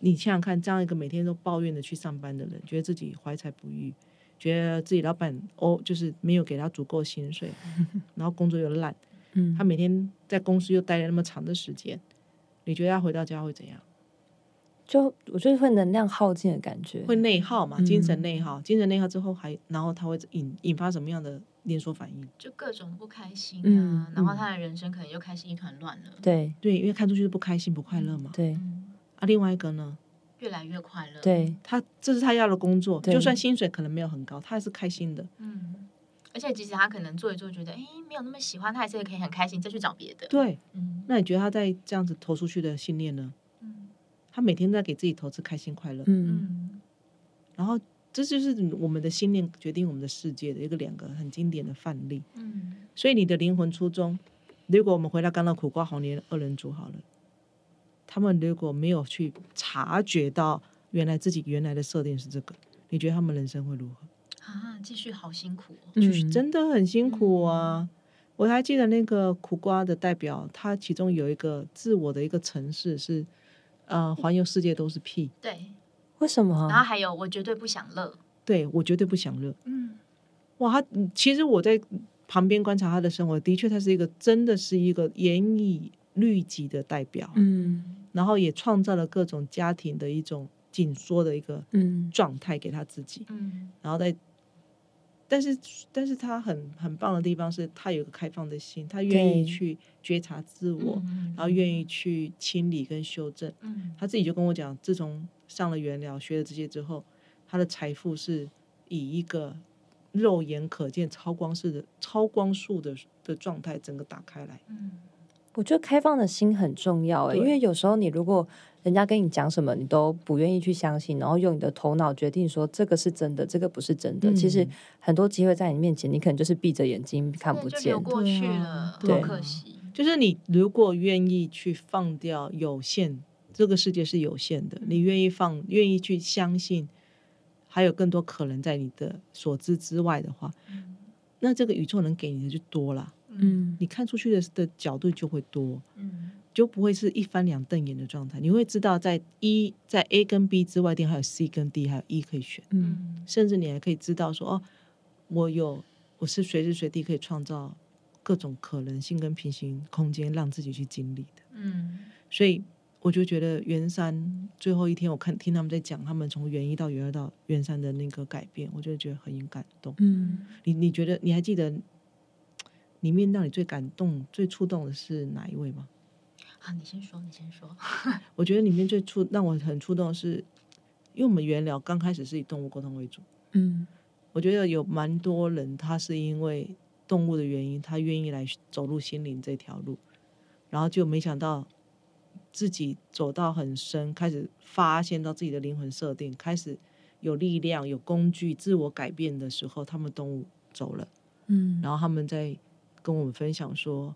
Speaker 2: 你想想看，这样一个每天都抱怨的去上班的人，觉得自己怀才不遇，觉得自己老板哦，就是没有给他足够薪水，然后工作又烂，
Speaker 4: 嗯
Speaker 2: 他每天在公司又待了那么长的时间，你觉得他回到家会怎样？
Speaker 1: 就我就是会能量耗尽的感觉，
Speaker 2: 会内耗嘛，精神
Speaker 1: 嗯
Speaker 2: 内耗，精神内耗之后还，然后它会引引发什么样的连锁反应？
Speaker 3: 就各种不开心啊，
Speaker 1: 嗯
Speaker 3: 然后
Speaker 2: 嗯
Speaker 3: 他的人生可能就开始一团乱了。
Speaker 1: 对
Speaker 2: 对，因为看出去是不开心、不快乐嘛。
Speaker 1: 对
Speaker 3: 嗯，
Speaker 2: 啊，另外一个呢，
Speaker 3: 越来越快乐。，
Speaker 1: 对，
Speaker 2: 他这是他要的工作，
Speaker 1: 对
Speaker 2: 就算薪水可能没有很高，他还是开心的。
Speaker 3: 嗯，而且即使他可能做一做，觉得哎没有那么喜欢，他还是可以很开心，再去找别的。
Speaker 2: 对，
Speaker 3: 嗯
Speaker 2: 那你觉得他在这样子投出去的信念呢？
Speaker 3: 嗯
Speaker 2: 他每天都在给自己投资开心快乐，
Speaker 1: 嗯
Speaker 3: 嗯
Speaker 2: 然后这就是我们的信念决定我们的世界的一个两个很经典的范例。
Speaker 3: 嗯，
Speaker 2: 所以你的灵魂初衷，如果我们回到刚刚苦瓜红莲二人组好了，他们如果没有去察觉到原来自己原来的设定是这个，你觉得他们人生会如何？
Speaker 3: 啊，继续好辛苦哦。
Speaker 2: 就是
Speaker 1: 嗯
Speaker 2: 真的很辛苦啊！我还记得那个苦瓜的代表，他其中有一个自我的一个城市是，呃，环游世界都是屁。
Speaker 3: 对，
Speaker 1: 为什么
Speaker 3: 然后
Speaker 1: 啊？
Speaker 3: 还有我绝对不享乐。
Speaker 2: 对我绝对不享乐。
Speaker 3: 嗯
Speaker 2: 哇，他嗯其实我在旁边观察他的生活，的确他是一个真的是一个严以律己的代表，
Speaker 1: 嗯
Speaker 2: 然后也创造了各种家庭的一种紧缩的一个
Speaker 1: 嗯
Speaker 2: 状态给他自己，
Speaker 3: 嗯
Speaker 2: 然后再。但是，但是他很很棒的地方是，他有一个开放的心，他愿意
Speaker 1: 对
Speaker 2: 去觉察自我，
Speaker 3: 嗯
Speaker 2: 然后愿意去清理跟修正。
Speaker 3: 嗯
Speaker 2: 他自己就跟我讲，自从上了原疗、学了这些之后，他的财富是以一个肉眼可见超光式的超光速的的状态整个打开来。
Speaker 3: 嗯
Speaker 1: 我觉得开放的心很重要、欸，因
Speaker 2: 对
Speaker 1: 为有时候你如果人家跟你讲什么，你都不愿意去相信，然后用你的头脑决定说这个是真的，这个不是真的。其实
Speaker 2: 嗯
Speaker 1: 很多机会在你面前，你可能就是闭着眼睛看
Speaker 3: 对
Speaker 1: 不
Speaker 3: 就
Speaker 1: 见
Speaker 3: 流。过去
Speaker 2: 对啊
Speaker 3: 了，
Speaker 2: 对
Speaker 3: 好
Speaker 1: 啊
Speaker 3: 可惜。
Speaker 2: 就是你如果愿意去放掉有限，这个世界是有限的，你愿意放，愿意去相信，还有更多可能在你的所知之外的话，
Speaker 3: 嗯
Speaker 2: 那这个宇宙能给你的就多了，
Speaker 1: 嗯
Speaker 2: 你看出去的的角度就会多。
Speaker 3: 嗯
Speaker 2: 就不会是一翻两瞪眼的状态，你会知道在一在 A 跟 B 之外，一定还有 C 跟 D，还有 E 可以选，
Speaker 1: 嗯
Speaker 3: 嗯
Speaker 2: 甚至你还可以知道说哦，我有我是随时随地可以创造各种可能性跟平行空间，让自己去经历的。
Speaker 3: 嗯
Speaker 2: 所以我就觉得圆山最后一天，我看听他们在讲他们从圆一到圆二到圆三的那个改变，我就觉得很感动。
Speaker 1: 嗯，
Speaker 2: 你你觉得你还记得里面让你最感动、最触动的是哪一位吗？
Speaker 3: 啊，你先说，你先说。
Speaker 2: 我觉得里面最触让我很触动的是，因为我们原聊刚开始是以动物沟通为主，
Speaker 1: 嗯
Speaker 2: 我觉得有蛮多人他是因为动物的原因，他愿意来走入心灵这条路，然后就没想到自己走到很深，开始发现到自己的灵魂设定，开始有力量、有工具、自我改变的时候，他们动物走了。
Speaker 1: 嗯
Speaker 2: 然后他们在跟我们分享说，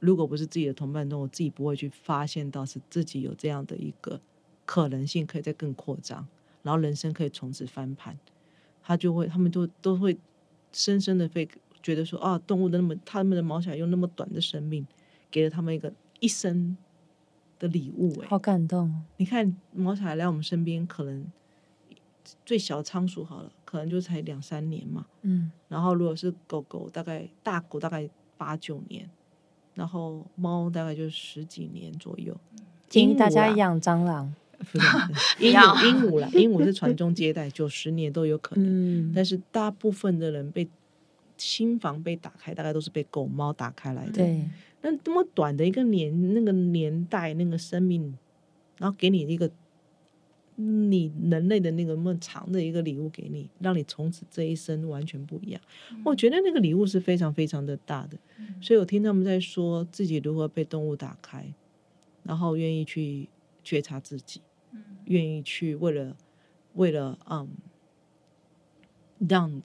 Speaker 2: 如果不是自己的同伴中，我自己不会去发现到是自己有这样的一个可能性，可以再更扩张，然后人生可以从此翻盘。他就会，他们都都会深深的被觉得说，啊，动物的那么，他们的毛小孩用那么短的生命，给了他们一个一生的礼物、欸。
Speaker 1: 好感动哦。
Speaker 2: 你看毛小孩来我们身边，可能最小仓鼠好了，可能就才两三年嘛。
Speaker 1: 嗯
Speaker 2: 然后如果是狗狗，大概大狗大概八九年，然后猫大概就十几年左右。
Speaker 1: 建议
Speaker 2: 鹦鹉
Speaker 1: 大家
Speaker 2: 啦，
Speaker 1: 养蟑螂。
Speaker 2: 不是鹦
Speaker 3: 要
Speaker 2: 鹉，鹦鹉啦，鹦鹉是传宗接代，九十年都有可能。
Speaker 1: 嗯
Speaker 2: 但是大部分的人被心房被打开，大概都是被狗猫打开来的。
Speaker 1: 对，
Speaker 2: 那这么短的一个年那个年代那个生命，然后给你一个你人类的那个那么长的一个礼物给你，让你从此这一生完全不一样。我觉得那个礼物是非常非常的大的，
Speaker 3: 嗯
Speaker 2: 所以我听他们在说自己如何被动物打开，然后愿意去觉察自己，
Speaker 3: 嗯
Speaker 2: 愿意去为了为了嗯让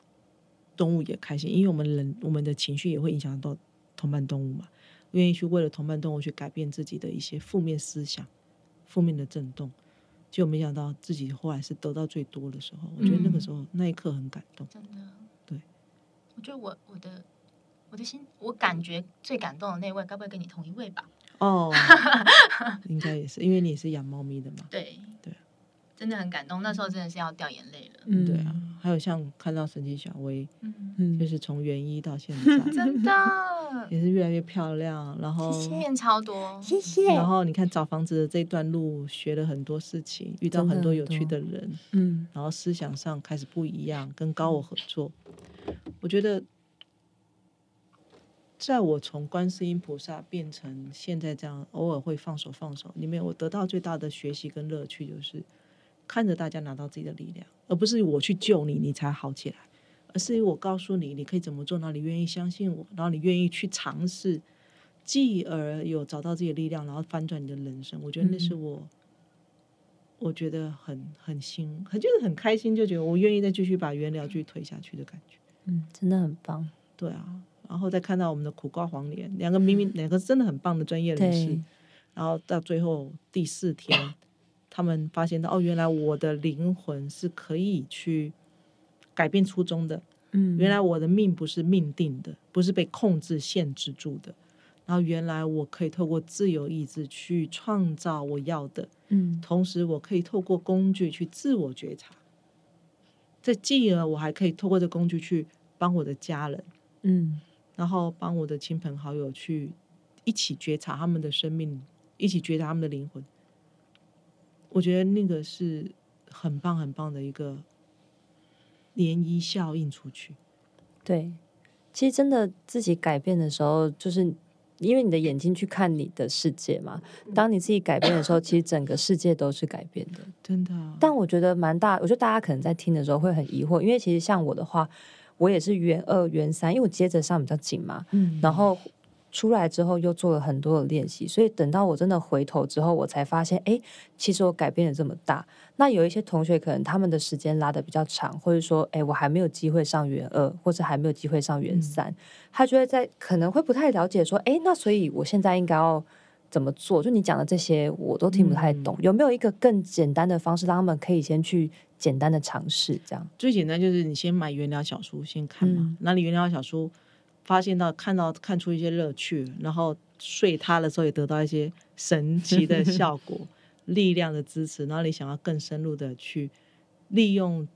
Speaker 2: 动物也开心，因为我们人我们的情绪也会影响到同伴动物嘛，愿意去为了同伴动物去改变自己的一些负面思想、负面的震动。结果没想到自己后来是得到最多的时候，我觉得那个时候、那一刻很感动。
Speaker 3: 真的，
Speaker 2: 对，
Speaker 3: 我觉得我我的我的心，我感觉最感动的那位，该不会跟你同一位吧？
Speaker 2: 哦，应该也是，因为你也是养猫咪的嘛。
Speaker 3: 对
Speaker 2: 对，
Speaker 3: 真的很感动，那时候真的是要掉眼泪了。
Speaker 1: 嗯
Speaker 2: 对啊，，还有像看到神奇小薇，
Speaker 3: 嗯，
Speaker 1: 嗯
Speaker 2: 就，是从原一到现在，
Speaker 3: 真的， 嗯，
Speaker 2: 也是越来越漂亮。然后，
Speaker 3: 变超多，
Speaker 1: 谢谢
Speaker 2: 然后你看找房子的这段路，学了很多事情，遇到
Speaker 1: 真的
Speaker 2: 很多
Speaker 1: 很
Speaker 2: 有趣
Speaker 1: 多
Speaker 2: 的人，
Speaker 1: 嗯，
Speaker 2: 然后思想上开始不一样，跟高我合作。我觉得，在我从观世音菩萨变成现在这样，偶尔会放手放手里面，我得到最大的学习跟乐趣就是看着大家拿到自己的力量，而不是我去救你，你才好起来，而是我告诉你你可以怎么做，然后你愿意相信我，然后你愿意去尝试，继而有找到自己的力量，然后翻转你的人生。我觉得那是我。我觉得很很心，很就是很开心，就觉得我愿意再继续把原疗剧推下去的感觉。
Speaker 1: 嗯，真的很棒。
Speaker 2: 对啊，然后再看到我们的苦瓜黄连，两个 明明两个真的很棒的专业人士
Speaker 1: 对，，
Speaker 2: 然后到最后第四天，他们发现到哦，原来我的灵魂是可以去改变初衷的，
Speaker 1: 嗯，
Speaker 2: 原来我的命不是命定的，不是被控制限制住的。然后原来我可以透过自由意志去创造我要的，
Speaker 1: 嗯，
Speaker 2: 同时我可以透过工具去自我觉察，这继而我还可以透过这工具去帮我的家人，
Speaker 1: 嗯，
Speaker 2: 然后帮我的亲朋好友去一起觉察他们的生命，一起觉察他们的灵魂。我觉得那个是很棒很棒的一个涟漪效应出去。
Speaker 1: 对。其实真的自己改变的时候，就是因为你的眼睛去看你的世界嘛。当你自己改变的时候，其实整个世界都是改变的。
Speaker 2: 真的啊，
Speaker 1: 但我觉得蛮大，我觉得大家可能在听的时候会很疑惑，因为其实像我的话，我也是元二元三，因为我接着上比较紧嘛，
Speaker 2: 嗯
Speaker 1: 然后出来之后又做了很多的练习，所以等到我真的回头之后，我才发现，哎，其实我改变了这么大。那有一些同学可能他们的时间拉的比较长，或者说，哎，我还没有机会上元二，或者还没有机会上
Speaker 2: 嗯
Speaker 1: 元三，他就会在可能会不太了解，说，哎，那所以我现在应该要。怎么做？就你讲的这些，我都听不太懂。
Speaker 2: 嗯
Speaker 1: 有没有一个更简单的方式，让他们可以先去简单的尝试？这样，
Speaker 2: 最简单就是你先买原料小书先看嘛
Speaker 1: 嗯，
Speaker 2: 那、你原料小书发现到看到看出一些乐趣，然后睡它的时候也得到一些神奇的效果、力量的支持，然后你想要更深入的去利用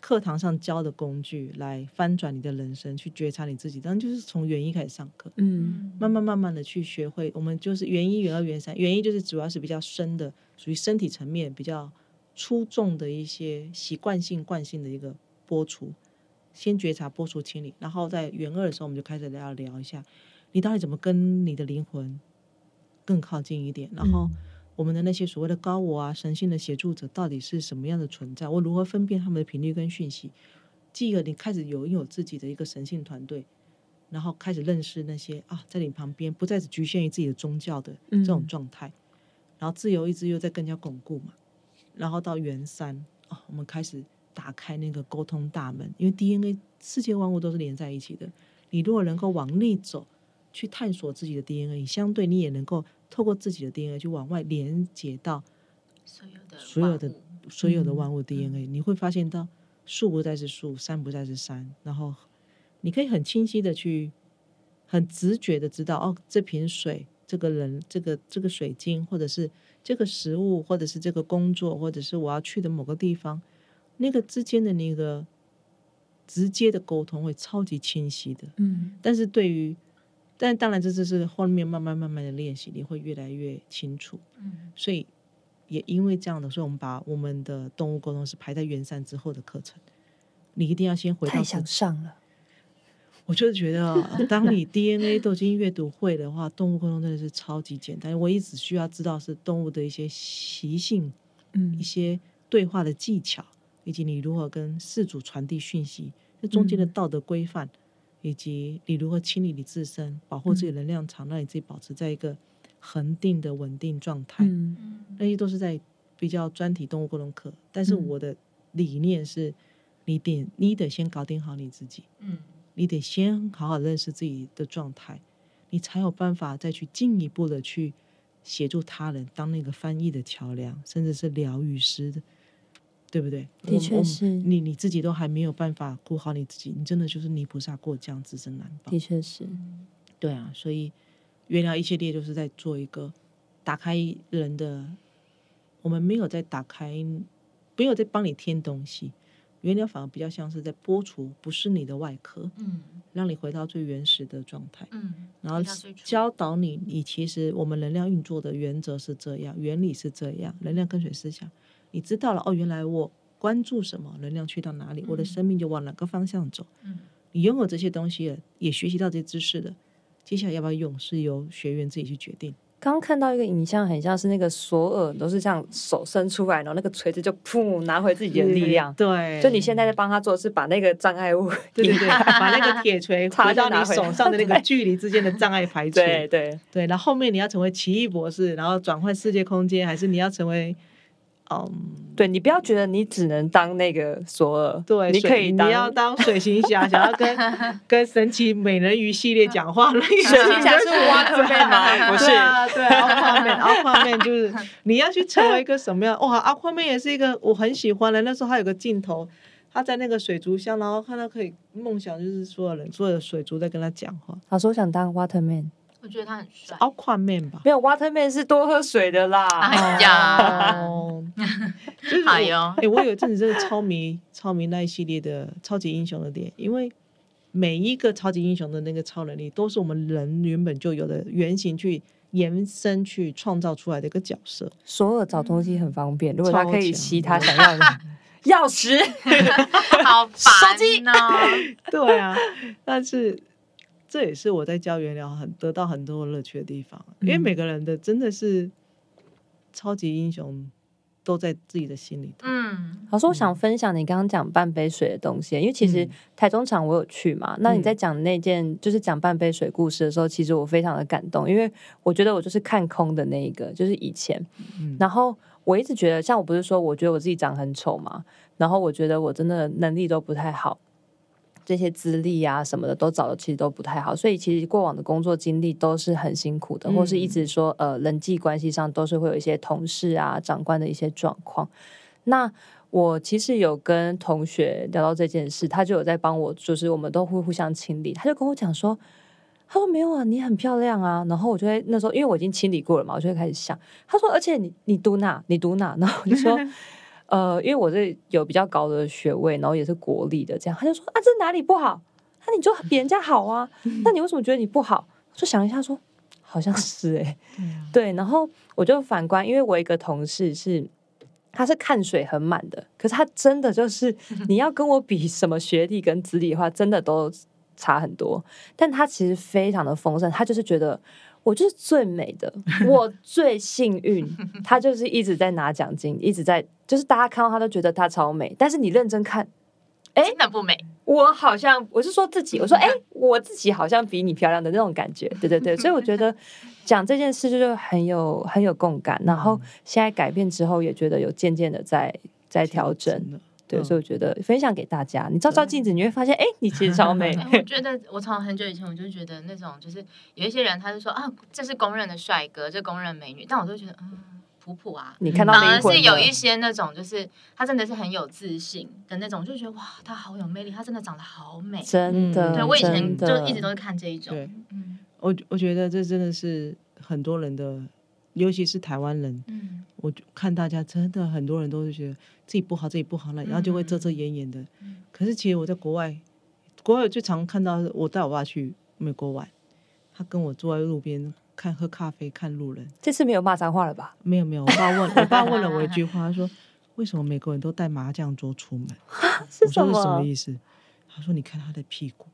Speaker 2: 课堂上教的工具来翻转你的人生，去觉察你自己，当然就是从原因开始上课。
Speaker 1: 嗯
Speaker 2: 慢慢慢慢的去学会，我们就是元一、元二、元三，元一就是主要是比较深的，属于身体层面比较出众的一些习惯性、惯性的一个剥除，先觉察、剥除、清理，然后在元二的时候，我们就开始要聊一下，你到底怎么跟你的灵魂更靠近一点，然后
Speaker 1: 嗯
Speaker 2: 我们的那些所谓的高我啊、神性的协助者到底是什么样的存在，我如何分辨他们的频率跟讯息，继而你开始有拥有自己的一个神性团队，然后开始认识那些啊，在你旁边不再只局限于自己的宗教的这种
Speaker 1: 嗯
Speaker 2: 状态，然后自由意志又在更加巩固嘛。然后到元三哦，我们开始打开那个沟通大门，因为 DNA 世界万物都是连在一起的。你如果能够往内走，去探索自己的 DNA，相对你也能够透过自己的 DNA 去往外连接到
Speaker 3: 所有的
Speaker 2: 所有的
Speaker 3: 万物
Speaker 2: 所有的
Speaker 1: 嗯
Speaker 2: 万物 DNA，、你会发现到树不再是树，山不再是山，然后你可以很清晰的去，很直觉的知道哦，这瓶水、这个人、这个这个水晶，或者是这个食物，或者是这个工作，或者是我要去的某个地方，那个之间的那个直接的沟通会超级清晰的。
Speaker 1: 嗯
Speaker 2: 但是对于，但当然这就是后面慢慢慢慢的练习，你会越来越清楚。
Speaker 3: 嗯
Speaker 2: 所以也因为这样的，所以我们把我们的动物沟通是排在元三之后的课程。你一定要先回到
Speaker 1: 太
Speaker 2: 自
Speaker 1: 想
Speaker 2: 己。
Speaker 1: 上了。
Speaker 2: 我就是觉得啊，当你 DNA 都已经阅读会的话，动物沟通真的是超级简单。唯一只需要知道是动物的一些习性、
Speaker 1: 嗯
Speaker 2: 一些对话的技巧，以及你如何跟事主传递讯息，这中间的
Speaker 1: 嗯
Speaker 2: 道德规范，以及你如何清理你自身，保护
Speaker 1: 嗯
Speaker 2: 自己能量场，让你自己保持在一个恒定的稳定状态。
Speaker 1: 嗯
Speaker 3: 嗯
Speaker 2: 那些都是在比较专题动物沟通课，但是
Speaker 1: 嗯
Speaker 2: 我的理念是，你得你得先搞定好你自己，
Speaker 3: 嗯
Speaker 2: 你得先好好认识自己的状态，你才有办法再去进一步的去协助他人，当那个翻译的桥梁，甚至是疗愈师的，对不对？
Speaker 1: 的
Speaker 2: 我
Speaker 1: 确
Speaker 2: 我
Speaker 1: 是
Speaker 2: 你你自己都还没有办法顾好你自己，你真的就是泥菩萨过江，自身难保
Speaker 1: 的。确是，
Speaker 3: 嗯
Speaker 2: 对啊，所以原来一系列就是在做一个打开人的，我们没有在打开，没有在帮你添东西，原疗反而比较像是在剥除不是你的外壳，
Speaker 3: 嗯
Speaker 2: 让你回到最原始的状态，
Speaker 3: 嗯，
Speaker 2: 然后
Speaker 3: 回到最初
Speaker 2: 教导你，你其实我们能量运作的原则是这样，原理是这样，能量跟随思想，你知道了哦，原来我关注什么，能量去到哪里，我的
Speaker 3: 嗯
Speaker 2: 生命就往哪个方向走。
Speaker 3: 嗯
Speaker 2: 你拥有这些东西了，也学习到这些知识了，接下来要不要用是由学员自己去决定。
Speaker 1: 刚看到一个影像，很像是那个索尔都是这样手伸出来，然后那个锤子就噗拿回自己的力量。
Speaker 2: 对，
Speaker 1: 就你现在在帮他做的是把那个障碍物
Speaker 2: 对 对对，把那个铁锤
Speaker 1: 插
Speaker 2: 回
Speaker 1: 就
Speaker 2: 到
Speaker 1: 拿
Speaker 2: 你
Speaker 1: 回
Speaker 2: 手
Speaker 1: 来
Speaker 2: 上的那个距离之间的障碍排除。
Speaker 1: 对对
Speaker 2: 对，然后后面你要成为奇异博士，然后转换世界空间，还是你要成为，嗯，
Speaker 1: 对，你不要觉得你只能当那个索尔，
Speaker 2: 对，
Speaker 1: 你
Speaker 2: 水
Speaker 1: 可以当
Speaker 2: 你要当水行侠，想要 跟跟神奇美人鱼系列讲话， 那 个
Speaker 1: 水行侠是挖克贝哎吗？不是
Speaker 2: 对，啊，对，Aquaman，Aquaman 就是你要去成为一个什么样？哇，Aquaman 也是一个我很喜欢的。那时候他有个镜头，他在那个水族箱，然后看到可以梦想就是所有人，所有的水族在跟他讲话
Speaker 1: 老师，我想当 Waterman，
Speaker 3: 我觉得他很帅。
Speaker 2: ，Aquaman 吧。
Speaker 1: 没有 Waterman 是多喝水的啦。
Speaker 3: 哎呀
Speaker 2: 哦，就是我
Speaker 3: 哎呦
Speaker 2: 哎、我有一阵子真的超迷超迷那一系列的超级英雄的点，因为每一个超级英雄的那个超能力都是我们人原本就有的原型去延伸去创造出来的一个角色。
Speaker 1: 索尔找东西很方便，如果他可以
Speaker 2: 超强
Speaker 1: 吸他想要的钥匙，
Speaker 3: 好
Speaker 1: 手
Speaker 3: 烦哦
Speaker 1: 机
Speaker 3: 呢、
Speaker 2: 对啊，但是这也是我在教原疗很得到很多乐趣的地方，因为
Speaker 1: 嗯
Speaker 2: 每个人的真的是超级英雄都在自己的心里头。
Speaker 3: 嗯
Speaker 1: 老师，我想分享你刚刚讲半杯水的东西，因为其实
Speaker 2: 嗯
Speaker 1: 台中场我有去嘛。那你
Speaker 2: 嗯
Speaker 1: 在讲那件就是讲半杯水故事的时候，其实我非常的感动，因为我觉得我就是看空的那一个，就是以前。
Speaker 2: 嗯
Speaker 1: 然后我一直觉得，像我不是说我觉得我自己长很丑嘛，然后我觉得我真的能力都不太好。这些资历啊什么的都找的其实都不太好，所以其实过往的工作经历都是很辛苦的，或是一
Speaker 2: 嗯
Speaker 1: 直说呃人际关系上都是会有一些同事啊长官的一些状况。那我其实有跟同学聊到这件事，他就有在帮我，就是我们都会互相清理。他就跟我讲说，他说没有啊，你很漂亮啊。然后我就会那时候，因为我已经清理过了嘛，我就会开始想，他说，而且你你读哪？你读哪？然后我就说。呃，因为我这有比较高的学位，然后也是国立的，这样他就说啊，这哪里不好？那、你就比人家好啊，那你为什么觉得你不好？我就想一下说，好像是哎、
Speaker 2: 啊
Speaker 1: 对，然后我就反观，因为我有一个同事是，他是看水很满的，可是他真的就是，你要跟我比什么学历跟资历的话，真的都差很多。但他其实非常的丰盛，他就是觉得我就是最美的，我最幸运。他就是一直在拿奖金，一直在，就是大家看到他都觉得他超美，但是你认真看，
Speaker 3: 真的不美，
Speaker 1: 我好像我是说自己，我说哎、诶我自己好像比你漂亮的那种感觉，对对对，所以我觉得讲这件事就是很有很有共感，然后现在改变之后也觉得有渐渐的在在调整，
Speaker 2: 了。
Speaker 1: 对，
Speaker 2: 嗯
Speaker 1: 所以我觉得分享给大家，你照照镜子，你会发现哎、诶你其实超美，
Speaker 3: 哎我觉得我从很久以前我就觉得那种就是有一些人，他就说啊，这是公认的帅哥，这公认美女，但我都觉得嗯，普普啊。
Speaker 1: 你看到
Speaker 3: 反而
Speaker 1: 灵魂
Speaker 3: 是有
Speaker 1: 了
Speaker 3: 一些那种，就是他真的是很有自信的那种，就觉得哇，他好有魅力，他真的长得好美。
Speaker 1: 真的，
Speaker 2: 嗯
Speaker 3: 对我以前
Speaker 1: 真
Speaker 3: 就
Speaker 1: 的
Speaker 3: 一直都是看这一种
Speaker 2: 对，
Speaker 3: 嗯
Speaker 2: 我我觉得这真的是很多人的，尤其是台湾人，
Speaker 3: 嗯
Speaker 2: 我看大家真的很多人都是觉得自己不好，自己不好了，然后就会遮遮掩掩的。
Speaker 3: 嗯
Speaker 2: 可是其实我在国外，国外我最常看到是我带我爸去美国玩，他跟我坐在路边看喝咖啡看路人，
Speaker 1: 这次没有骂脏话了吧？
Speaker 2: 没有没有，我爸问我爸问了我一句话，他说为什么美国人都带麻将桌出门？
Speaker 1: 是
Speaker 2: 我
Speaker 1: 什
Speaker 2: 说是
Speaker 1: 么？
Speaker 2: 什么意思？他说你看他的屁股。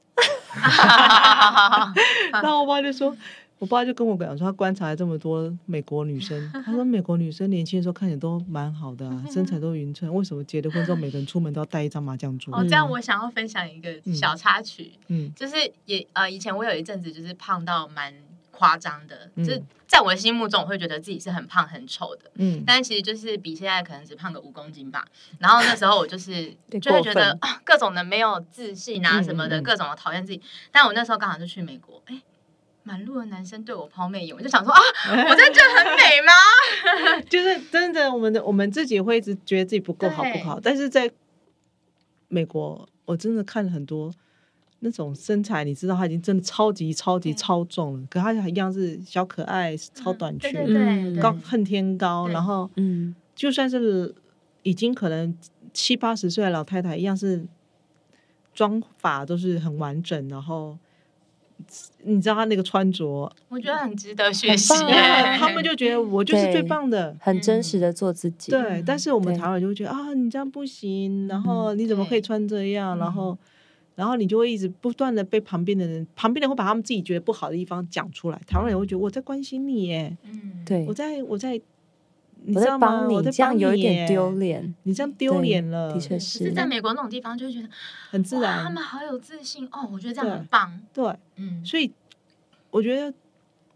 Speaker 3: 啊，
Speaker 2: 然后我爸就说，我爸就跟我讲说，他观察了这么多美国女生，
Speaker 3: 嗯
Speaker 2: 他说美国女生年轻的时候看起来都蛮好的、啊，身材都匀称，为什么结了婚之后每个人出门都要带一张麻将桌
Speaker 3: 哦，？
Speaker 1: 嗯
Speaker 3: 这样我想要分享一个小插曲，
Speaker 2: 嗯，
Speaker 3: 就是也呃，以前我有一阵子就是胖到蛮夸张的，
Speaker 2: 嗯
Speaker 3: 就是在我的心目中，我会觉得自己是很胖很丑的，
Speaker 2: 嗯
Speaker 3: 但其实就是比现在可能只胖个五公斤吧。然后那时候我就是
Speaker 1: 对
Speaker 3: 就会
Speaker 1: 过
Speaker 3: 觉
Speaker 1: 分
Speaker 3: 得啊，各种的没有自信啊
Speaker 2: 嗯
Speaker 3: 什么的，
Speaker 2: 嗯嗯
Speaker 3: 各种的讨厌自己。但我那时候刚好就去美国，哎、满路的男生对我抛媚眼，我就想说啊，我真的很美吗？
Speaker 2: 就是真的，我们的我们自己会一直觉得自己不够好不
Speaker 3: 对
Speaker 2: 好，但是在美国，我真的看了很多。那种身材，你知道他已经真的超级超级
Speaker 3: 对
Speaker 2: 超重了，可他还一样是小可爱、超短
Speaker 3: 对
Speaker 2: 裙、
Speaker 3: 对对
Speaker 1: 嗯
Speaker 3: 对
Speaker 2: 高恨天高，
Speaker 3: 对
Speaker 2: 然后
Speaker 1: 嗯，
Speaker 2: 就算是已经可能七八十岁的老太太一样是妆法都是很完整，然后你知道她那个穿着，
Speaker 3: 我觉得很值得学习
Speaker 2: 棒
Speaker 1: 很棒
Speaker 3: 耶。
Speaker 2: 啊，他们就觉得我就是最
Speaker 1: 对
Speaker 2: 棒的。
Speaker 1: 很真实的做自己。
Speaker 2: 对，但是我们
Speaker 1: 对嗯
Speaker 2: 台湾人就会觉得啊，你这样不行，然后你怎么可
Speaker 3: 对
Speaker 2: 以穿这样，
Speaker 3: 嗯
Speaker 2: 然后，然后你就会一直不断的被旁边的人，旁边人会把他们自己觉得不好的地方讲出来，台湾人会觉得我在关心你耶，
Speaker 3: 嗯，
Speaker 1: 对
Speaker 2: 我，在我在，你
Speaker 1: 我
Speaker 2: 知
Speaker 1: 在
Speaker 2: 道吗？
Speaker 1: 帮
Speaker 2: 我
Speaker 1: 你，
Speaker 2: 在
Speaker 1: 这样
Speaker 2: 帮
Speaker 1: 有一
Speaker 2: 你
Speaker 1: 点
Speaker 2: 耶
Speaker 1: 丢，脸，
Speaker 2: 你这样丢
Speaker 1: 对
Speaker 2: 脸了，
Speaker 1: 的确
Speaker 3: 可是
Speaker 1: 是
Speaker 3: 在美国那种地方，就会觉得
Speaker 2: 很自
Speaker 3: 哇，他
Speaker 2: 然
Speaker 3: 们，好有自信哦。我觉得这样很
Speaker 2: 对
Speaker 3: 棒。
Speaker 2: 对，
Speaker 3: 嗯，
Speaker 2: 所以我觉得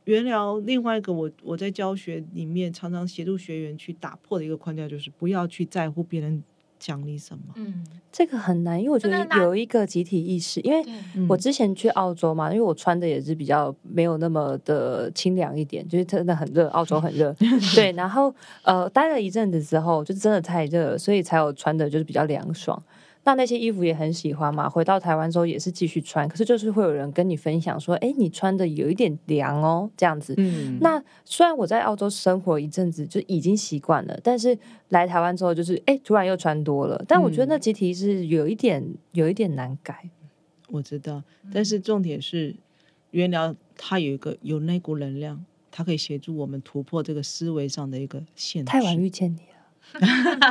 Speaker 2: 原疗另外一个我我在教学里面常常协助学员去打破的一个框架，就是不要去在乎别人讲你什么。
Speaker 3: 嗯，
Speaker 1: 这个很难，因为我觉
Speaker 3: 真的
Speaker 1: 得
Speaker 3: 很难
Speaker 1: 有一个集体意识，因为
Speaker 3: 对，
Speaker 2: 嗯
Speaker 1: 我之前去澳洲嘛，因为我穿的也是比较没有那么的清凉一点，就是真的很热，澳洲很 热，对。然后呃，待了一阵子之后，就真的太热了，所以才有穿的就是比较凉爽。那那些衣服也很喜欢嘛，回到台湾之后也是继续穿，可是就是会有人跟你分享说，哎，你穿的有一点凉哦，这样子。
Speaker 2: 嗯
Speaker 1: 那虽然我在澳洲生活一阵子就已经习惯了，但是来台湾之后就是哎、诶突然又穿多了。但我觉得
Speaker 2: 嗯
Speaker 1: 那集体是有一点有一点难改，
Speaker 2: 我知道，
Speaker 1: 嗯
Speaker 2: 但是重点是原疗它有一个有那股能量。它可以协助我们突破这个思维上的一个限制。
Speaker 1: 太晚遇见你了。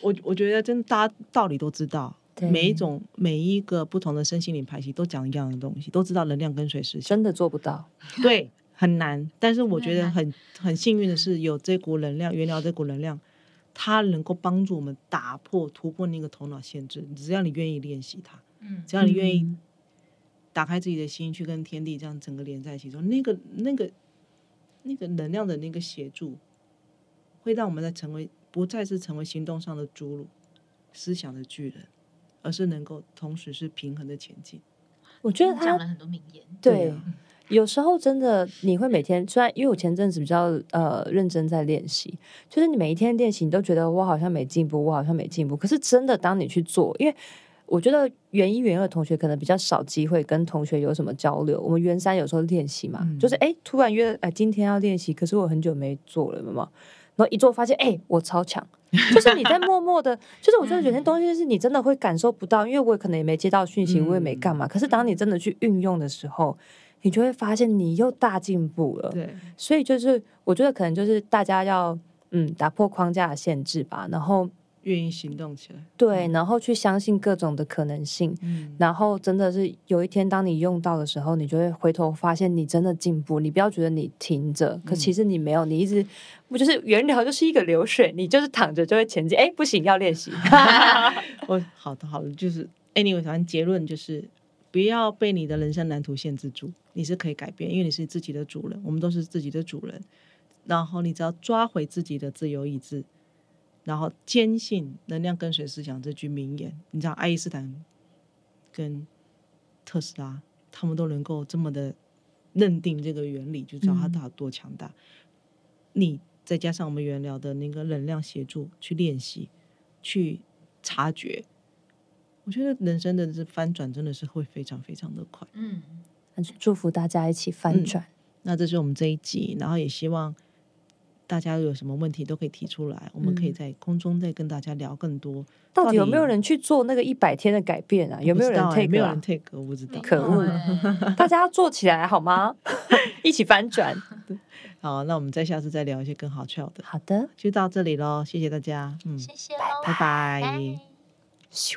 Speaker 2: 我我觉得真的大家道理都知道，
Speaker 1: 对
Speaker 2: 每一种每一个不同的身心灵派系都讲一样的东西，都知道能量跟随实相。
Speaker 1: 真的做不到，
Speaker 2: 对，很难。但是我觉
Speaker 3: 真的
Speaker 2: 得
Speaker 3: 很
Speaker 2: 很很幸运的是，有这股能量，原疗这股能量，它能够帮助我们打破、突破那个头脑限制。只要你愿意练习它，
Speaker 3: 嗯，
Speaker 2: 只要你愿意打开自己的心，去跟天地这样整个连在一起中，那个、那个、那个能量的那个协助，会让我们在成为不再是成为行动上的侏儒、思想的巨人，而是能够同时是平衡的前进。
Speaker 1: 我觉得
Speaker 3: 讲
Speaker 1: 他
Speaker 3: 了很多名言。
Speaker 1: 对
Speaker 2: 啊
Speaker 1: 有时候真的你会每天，虽然因为我前阵子比较呃认真在练习，就是你每一天练习，你都觉得我好像没进步，我好像没进步。可是真的当你去做，因为我觉得原一、原二同学可能比较少机会跟同学有什么交流。我们原三有时候练习嘛，
Speaker 2: 嗯
Speaker 1: 就是诶突然约哎今天要练习，可是我很久没做了，有没有？然后一做发现，诶我超强，就是你在默默的，就是我觉得有些东西是你真的会感受不到，因为我可能也没接到讯息，我也没干嘛。可是当你真的去运用的时候，你就会发现你又大进步了。
Speaker 2: 对，
Speaker 1: 所以就是我觉得可能就是大家要嗯打破框架的限制吧，然后
Speaker 2: 愿意行动起来。
Speaker 1: 对，然后去相信各种的可能性。
Speaker 2: 嗯，
Speaker 1: 然后真的是有一天，当你用到的时候，你就会回头发现你真的进步。你不要觉得你停着，可
Speaker 2: 嗯
Speaker 1: 其实你没有，你一直不就是原疗就是一个流水，你就是躺着就会前进。哎，不行，要练 习。
Speaker 2: 我哦好的好的，就是 anyway，反正结论就是不要被你的人生蓝图限制住，你是可以改变，因为你是自己的主人，我们都是自己的主人。然后你只要抓回自己的自由意志，然后坚信“能量跟随思想”这句名言，你知道爱因斯坦跟特斯拉他们都能够这么的认定这个原理，就知道它
Speaker 1: 嗯
Speaker 2: 到底多强大。你再加上我们原聊的那个能量协助去练习，去察觉，我觉得人生的这翻转真的是会非常非常的快。
Speaker 3: 嗯，
Speaker 1: 那就 祝福大家一起翻
Speaker 2: 嗯
Speaker 1: 转。
Speaker 2: 那这是我们这一集，然后也希望大家有什么问题都可以提出来，我们可以
Speaker 1: 嗯
Speaker 2: 在空中再跟大家聊更多。
Speaker 1: 到
Speaker 2: 到
Speaker 1: 底有没有
Speaker 2: 底
Speaker 1: 人去做那个一百天的改变啊？有
Speaker 2: 不
Speaker 1: 没有
Speaker 2: 知
Speaker 1: 人
Speaker 2: 道欸
Speaker 1: take？、啊、
Speaker 2: 没有人 take，我不知道。
Speaker 1: 可恶
Speaker 3: 没有欸
Speaker 1: 大家要做起来好 吗？一起翻转。
Speaker 2: 好，那我们再下次再聊一些更好笑的。
Speaker 1: 好的，
Speaker 2: 就到这里喽，谢谢大家，嗯，
Speaker 3: 谢谢喽，
Speaker 2: 拜拜
Speaker 3: 拜
Speaker 1: 咻。